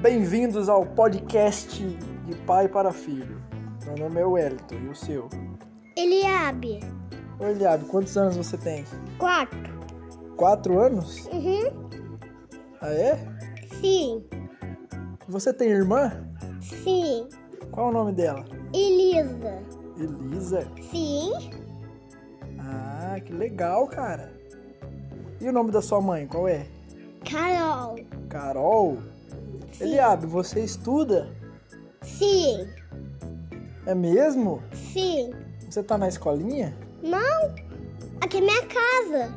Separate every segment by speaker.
Speaker 1: Bem-vindos ao podcast de pai para filho. Meu nome é Wellington e o seu?
Speaker 2: Eliabe.
Speaker 1: Oi, Liab, quantos anos você tem?
Speaker 2: Quatro.
Speaker 1: Quatro anos?
Speaker 2: Uhum.
Speaker 1: Ah, é?
Speaker 2: Sim.
Speaker 1: Você tem irmã?
Speaker 2: Sim.
Speaker 1: Qual o nome dela?
Speaker 2: Elisa.
Speaker 1: Elisa.
Speaker 2: Sim.
Speaker 1: Ah, que legal, cara. E o nome da sua mãe, qual é?
Speaker 2: Carol.
Speaker 1: Carol?
Speaker 2: Sim.
Speaker 1: Eliabe, você estuda?
Speaker 2: Sim.
Speaker 1: É mesmo?
Speaker 2: Sim.
Speaker 1: Você tá na escolinha?
Speaker 2: Não. Aqui é minha casa.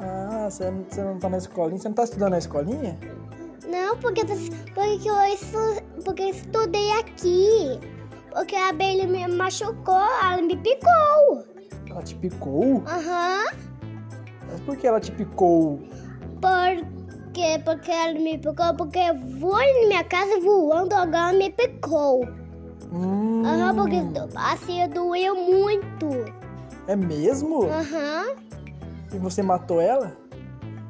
Speaker 1: Ah, você não você não tá na escolinha? Você não tá estudando na escolinha?
Speaker 2: Não, porque, eu tô- porque, eu, estu- porque eu estudei aqui. Porque a abelha me machucou, ela me picou.
Speaker 1: Ela te picou?
Speaker 2: Aham.
Speaker 1: Mas por que ela te picou?
Speaker 2: Porque, porque ela me picou, porque eu voei na minha casa voando, agora me picou.
Speaker 1: Hum,
Speaker 2: Aham, porque do- assim doeu muito.
Speaker 1: É mesmo?
Speaker 2: Aham.
Speaker 1: E você matou ela?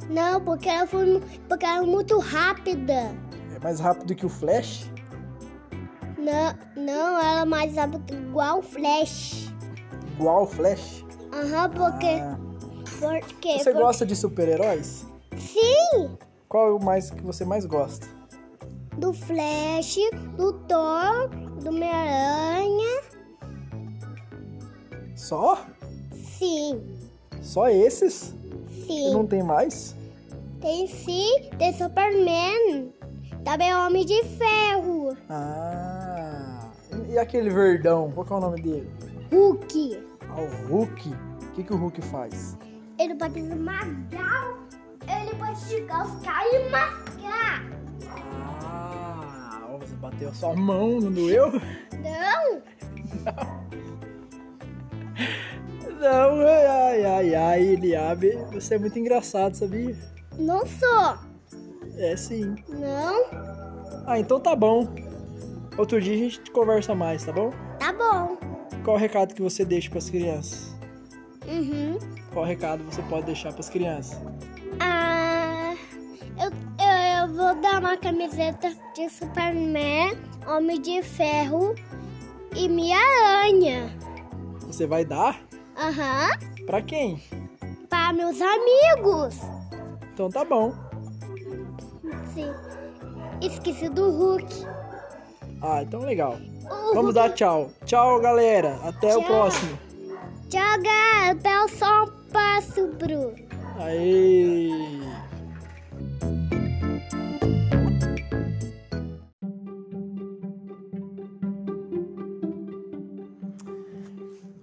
Speaker 2: Não, porque ela foi mu- porque ela é muito rápida.
Speaker 1: É mais rápido que o Flash?
Speaker 2: Não, não, ela é mais rápida igual o Flash.
Speaker 1: Igual o Flash?
Speaker 2: Aham, porque.
Speaker 1: Ah,
Speaker 2: Porque.
Speaker 1: você
Speaker 2: por-
Speaker 1: gosta de super-heróis?
Speaker 2: Sim!
Speaker 1: Qual é o mais que você mais gosta?
Speaker 2: Do Flash, do Thor, do Homem-Aranha.
Speaker 1: Só?
Speaker 2: Sim,
Speaker 1: Só esses? E
Speaker 2: sim.
Speaker 1: não tem mais?
Speaker 2: Tem sim, tem Superman. Também Homem de Ferro.
Speaker 1: Ah. E aquele verdão? Qual que é o nome dele?
Speaker 2: Hulk.
Speaker 1: Ah, o Hulk. O que, que o Hulk faz?
Speaker 2: Ele pode esmagar. Ele pode chegar os caras e matar.
Speaker 1: Ah, você bateu a sua mão, não doeu?
Speaker 2: Não!
Speaker 1: Não, ai, ai, ai, Eliabe, você é muito engraçado, sabia?
Speaker 2: Não sou!
Speaker 1: É sim.
Speaker 2: Não!
Speaker 1: Ah, então tá bom. Outro dia a gente conversa mais, tá bom?
Speaker 2: Tá bom.
Speaker 1: Qual o recado que você deixa pras crianças?
Speaker 2: Uhum.
Speaker 1: Qual recado você pode deixar pras crianças?
Speaker 2: Ah, eu, eu, eu vou dar uma camiseta de Superman, Homem de Ferro e minha aranha.
Speaker 1: Você vai dar
Speaker 2: Aham.
Speaker 1: pra quem?
Speaker 2: Para meus amigos.
Speaker 1: Então tá bom.
Speaker 2: Sim. Esqueci do Hulk.
Speaker 1: Ah, então legal.
Speaker 2: O
Speaker 1: Vamos dar tchau. Tchau, galera. Até o
Speaker 2: Tchau.
Speaker 1: próximo.
Speaker 2: Hulk joga até o sol passo, Bruno.
Speaker 1: Aê!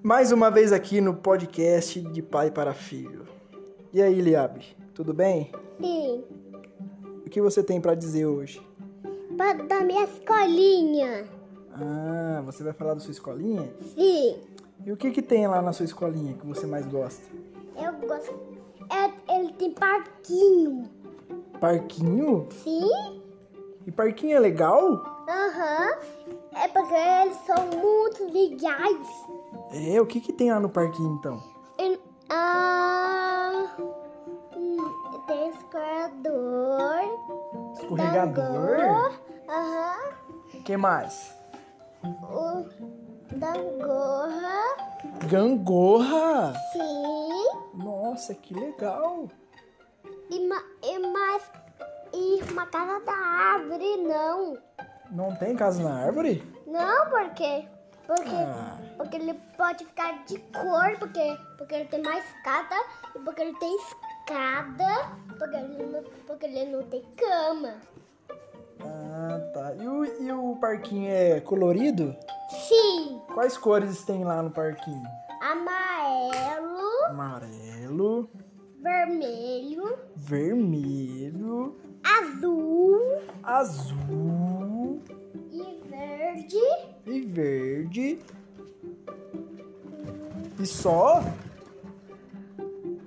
Speaker 1: Mais uma vez aqui no podcast de pai para filho. E aí, Liabe, tudo bem?
Speaker 2: Sim.
Speaker 1: O que você tem pra dizer hoje?
Speaker 2: Para dar minha escolinha.
Speaker 1: Ah, você vai falar da sua escolinha?
Speaker 2: Sim.
Speaker 1: E o que que tem lá na sua escolinha que você mais gosta?
Speaker 2: Eu gosto. É- ele tem parquinho.
Speaker 1: Parquinho?
Speaker 2: Sim.
Speaker 1: E parquinho é legal?
Speaker 2: Aham. É porque eles são muito legais.
Speaker 1: É, o que que tem lá no parquinho então?
Speaker 2: E, ah, hum, tem escorredor.
Speaker 1: Escorregador?
Speaker 2: Dangor. Aham.
Speaker 1: O que mais?
Speaker 2: O dangorra.
Speaker 1: Gangorra!
Speaker 2: Sim.
Speaker 1: Nossa, que legal!
Speaker 2: E, ma, e mais. E uma casa da árvore, não.
Speaker 1: Não tem casa na árvore?
Speaker 2: Não, por quê? Porque,
Speaker 1: Ah.
Speaker 2: porque ele pode ficar de cor, porque, porque ele tem mais escada, e porque ele tem escada, porque ele não, porque ele não tem cama.
Speaker 1: Ah, tá. E o, e o parquinho é colorido?
Speaker 2: Sim,
Speaker 1: Quais cores tem lá no parquinho?
Speaker 2: amarelo,
Speaker 1: Amarelo,
Speaker 2: vermelho,
Speaker 1: vermelho,
Speaker 2: azul
Speaker 1: azul
Speaker 2: e verde.
Speaker 1: e verde. E só?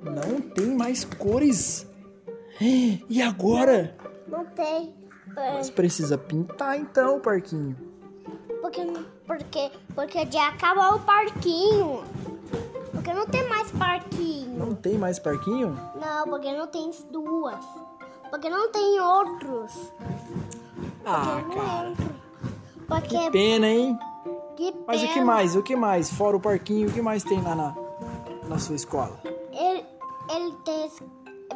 Speaker 1: Não tem mais cores. E agora?
Speaker 2: Não tem.
Speaker 1: Mas
Speaker 2: por-
Speaker 1: precisa pintar então, parquinho.
Speaker 2: Porque, porque, porque já acabou o parquinho. Porque não tem mais parquinho.
Speaker 1: Não tem mais parquinho?
Speaker 2: Não, porque não tem duas. Porque não tem outros.
Speaker 1: Ah,
Speaker 2: porque
Speaker 1: cara.
Speaker 2: não entra.
Speaker 1: Que
Speaker 2: Porque
Speaker 1: pena, hein?
Speaker 2: que
Speaker 1: Mas o que
Speaker 2: É pena.
Speaker 1: mais? O que mais? Fora o parquinho, o que mais tem lá na, na sua escola?
Speaker 2: Ele, ele tem. es-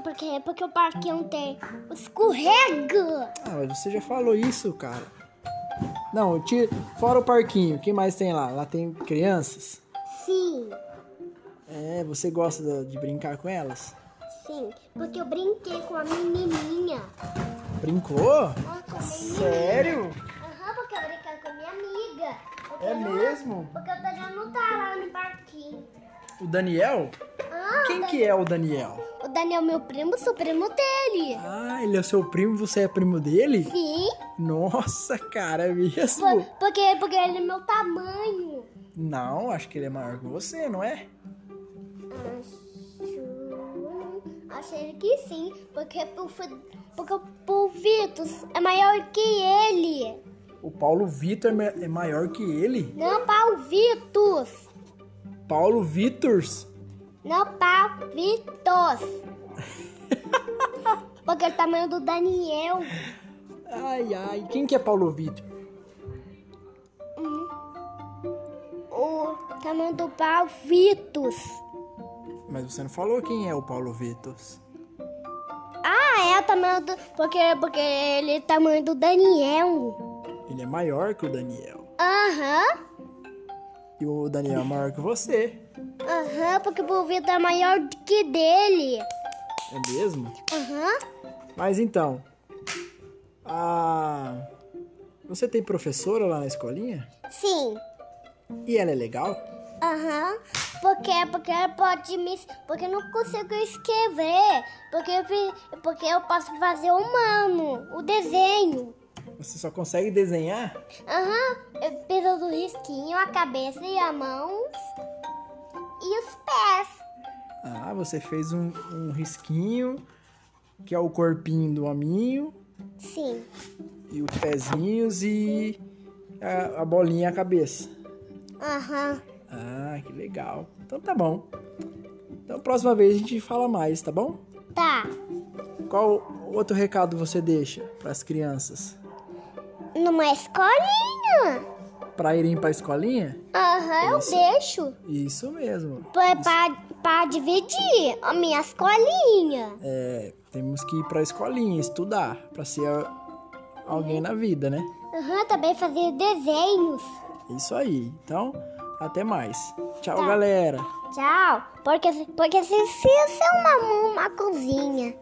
Speaker 2: Porque, porque o parquinho tem o escorrega.
Speaker 1: Ah, mas você já falou isso, cara. Não, eu tiro- fora o parquinho, o que mais tem lá? Lá tem crianças?
Speaker 2: Sim,
Speaker 1: É, você gosta da- de brincar com elas?
Speaker 2: sim. Porque eu brinquei com a menininha.
Speaker 1: Brincou?
Speaker 2: Ah, com a menininha.
Speaker 1: Sério?
Speaker 2: Aham, porque eu brinquei com a minha amiga. Porque
Speaker 1: É
Speaker 2: eu-
Speaker 1: mesmo?
Speaker 2: Porque eu tô dando lá no parquinho.
Speaker 1: O Daniel?
Speaker 2: Ah,
Speaker 1: Quem que é o Daniel?
Speaker 2: O Daniel, é meu primo, sou primo dele.
Speaker 1: Ah, ele é seu primo, você é primo dele?
Speaker 2: Sim,
Speaker 1: Nossa, cara, é
Speaker 2: po-
Speaker 1: mesmo?
Speaker 2: porque, porque ele é meu tamanho.
Speaker 1: Não, acho que ele é maior que você, não é?
Speaker 2: Acho, achei que sim, porque o, Fe- porque o Vitor é maior que ele.
Speaker 1: O Paulo Vitor é ma- é maior que ele?
Speaker 2: Não pau Vitor,
Speaker 1: Paulo Vitors?
Speaker 2: não pau Vitor. Porque é o tamanho do Daniel.
Speaker 1: Ai, ai, quem que é Paulo Vitor?
Speaker 2: O tamanho do pau Vitor.
Speaker 1: Mas você não falou quem é o Paulo Vitors.
Speaker 2: Ah, é o tamanho do. Porque, porque ele é o tamanho do Daniel.
Speaker 1: Ele é maior que o Daniel.
Speaker 2: Aham.
Speaker 1: E o Daniel é maior que você.
Speaker 2: Aham, porque o Vitor é maior que dele.
Speaker 1: É mesmo?
Speaker 2: Aham.
Speaker 1: Mas então. A... Você tem professora lá na escolinha?
Speaker 2: Sim.
Speaker 1: E ela é legal?
Speaker 2: Aham. Porque, porque ela pode me. Porque eu não consigo escrever. Porque eu, fi- porque eu posso fazer humano, o desenho.
Speaker 1: Você só consegue desenhar?
Speaker 2: Aham. Eu preciso do risquinho, a cabeça e a mão. E os pés.
Speaker 1: Ah, você fez um, um risquinho, que é o corpinho do hominho,
Speaker 2: Sim.
Speaker 1: e os pezinhos e a, a bolinha e a cabeça.
Speaker 2: Aham.
Speaker 1: Ah, que legal. Então tá bom. Então próxima vez a gente fala mais, tá bom?
Speaker 2: Tá.
Speaker 1: Qual outro recado você deixa pras crianças?
Speaker 2: Numa escolinha.
Speaker 1: Pra irem pra escolinha?
Speaker 2: Aham, eu deixo.
Speaker 1: Isso mesmo.
Speaker 2: Pra, pra, pra dividir a minha escolinha.
Speaker 1: É, temos que ir pra escolinha, estudar, pra ser a- alguém na vida, né?
Speaker 2: Aham, também fazer desenhos.
Speaker 1: É Isso aí. Então, até mais. Tchau,
Speaker 2: Tá.
Speaker 1: galera.
Speaker 2: Tchau, porque, porque se, se isso é uma, uma cozinha.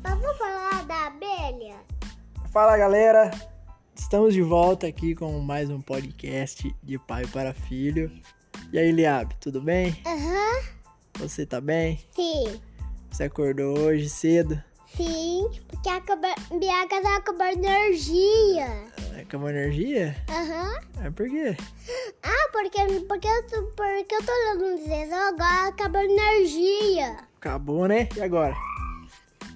Speaker 2: Vamos Tá falar da abelha?
Speaker 1: Fala, galera. Estamos de volta aqui com mais um podcast de pai para filho. E aí, Liab, tudo bem?
Speaker 2: Aham,
Speaker 1: Você tá bem?
Speaker 2: sim.
Speaker 1: Você acordou hoje cedo?
Speaker 2: Sim, porque a cobra- minha casa acabou a energia.
Speaker 1: Acabou a É, energia?
Speaker 2: Aham.
Speaker 1: É por quê?
Speaker 2: Ah, porque, porque, eu tô, porque eu tô lendo um desenho, agora acabou a energia.
Speaker 1: Acabou, né? E agora?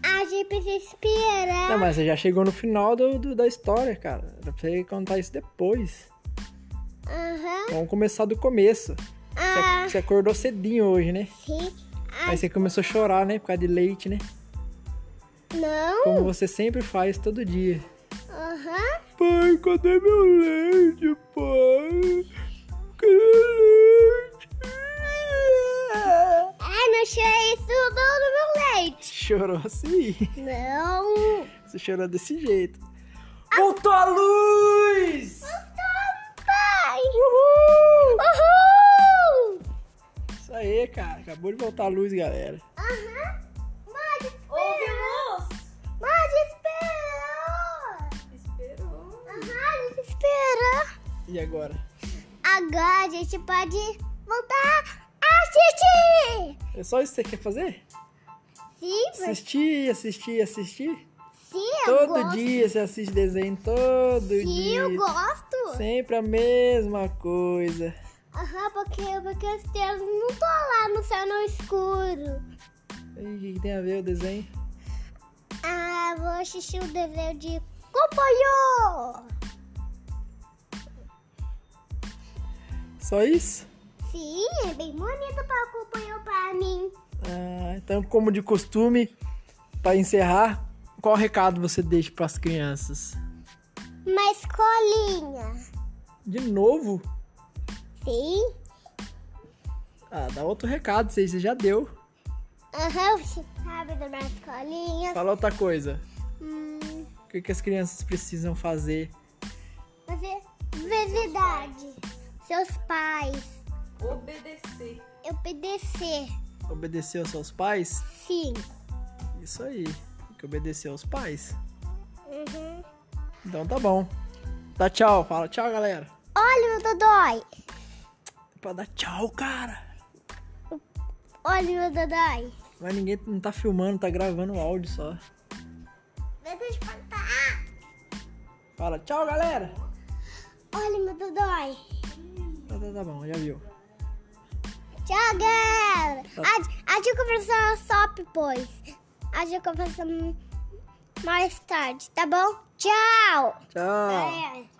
Speaker 2: A gente precisa esperar.
Speaker 1: Não, mas você já chegou no final do, do- da história, cara. Era pra você contar isso depois.
Speaker 2: Aham.
Speaker 1: Vamos começar do começo. Você,
Speaker 2: Ah,
Speaker 1: você acordou cedinho hoje, né?
Speaker 2: sim. Ah,
Speaker 1: Aí você começou a chorar, né? Por causa de leite, né?
Speaker 2: não.
Speaker 1: Como você sempre faz todo dia.
Speaker 2: Aham.
Speaker 1: Pai, cadê meu leite, pai? Cadê leite?
Speaker 2: Ah, não achei isso não no meu leite.
Speaker 1: Chorou assim.
Speaker 2: Não.
Speaker 1: Você chorou desse jeito.
Speaker 2: Ah!
Speaker 1: Voltou a luz!
Speaker 2: Pai. Uhul. Uhul.
Speaker 1: Isso aí, cara. Acabou de voltar a luz, galera.
Speaker 2: Aham. Mãe, espera. Ouve luz. Mãe, espera.
Speaker 3: Esperou.
Speaker 2: Aham, a gente espera.
Speaker 1: E agora?
Speaker 2: Agora a gente pode voltar a assistir.
Speaker 1: É só isso que você quer fazer?
Speaker 2: Sim, mas
Speaker 1: Assistir, assistir, assistir?
Speaker 2: sim, eu
Speaker 1: Todo
Speaker 2: gosto.
Speaker 1: dia você assiste desenho, todo
Speaker 2: Sim,
Speaker 1: dia.
Speaker 2: eu gosto.
Speaker 1: Sempre a mesma coisa.
Speaker 2: Aham, porque, porque as estrelas não tô lá no céu no escuro.
Speaker 1: E o que que tem a ver o desenho?
Speaker 2: Ah, vou assistir o desenho de Companhio!
Speaker 1: Só isso?
Speaker 2: Sim, é bem bonito para acompanhar para mim.
Speaker 1: Ah, então, como de costume, para encerrar, qual recado você deixa para as crianças?
Speaker 2: Uma escolinha.
Speaker 1: De novo?
Speaker 2: Sim.
Speaker 1: Ah, dá outro recado, sei, você já deu.
Speaker 2: Aham, você sabe da minha escolinha.
Speaker 1: Fala outra coisa.
Speaker 2: Hum,
Speaker 1: O que, que as crianças precisam fazer?
Speaker 2: você, verdade. Seus pais.
Speaker 3: Obedecer.
Speaker 2: Obedecer.
Speaker 1: Obedecer aos seus pais?
Speaker 2: Sim.
Speaker 1: Isso aí. Tem que obedecer aos pais.
Speaker 2: Uhum.
Speaker 1: Então tá bom. Dá tchau, fala tchau, galera.
Speaker 2: Olha meu Dodói.
Speaker 1: Pra dar tchau, cara.
Speaker 2: Olha meu Dodói.
Speaker 1: Mas ninguém não tá filmando, tá gravando o áudio só.
Speaker 2: Deixa eu te contar.
Speaker 1: Fala tchau, galera.
Speaker 2: Olha meu Dodói.
Speaker 1: Tá, tá, tá bom, já viu.
Speaker 2: Tchau, galera.
Speaker 1: Tá.
Speaker 2: A, a gente conversa só depois. A gente conversa mais tarde, tá bom? Tchau.
Speaker 1: Tchau.
Speaker 2: Galera.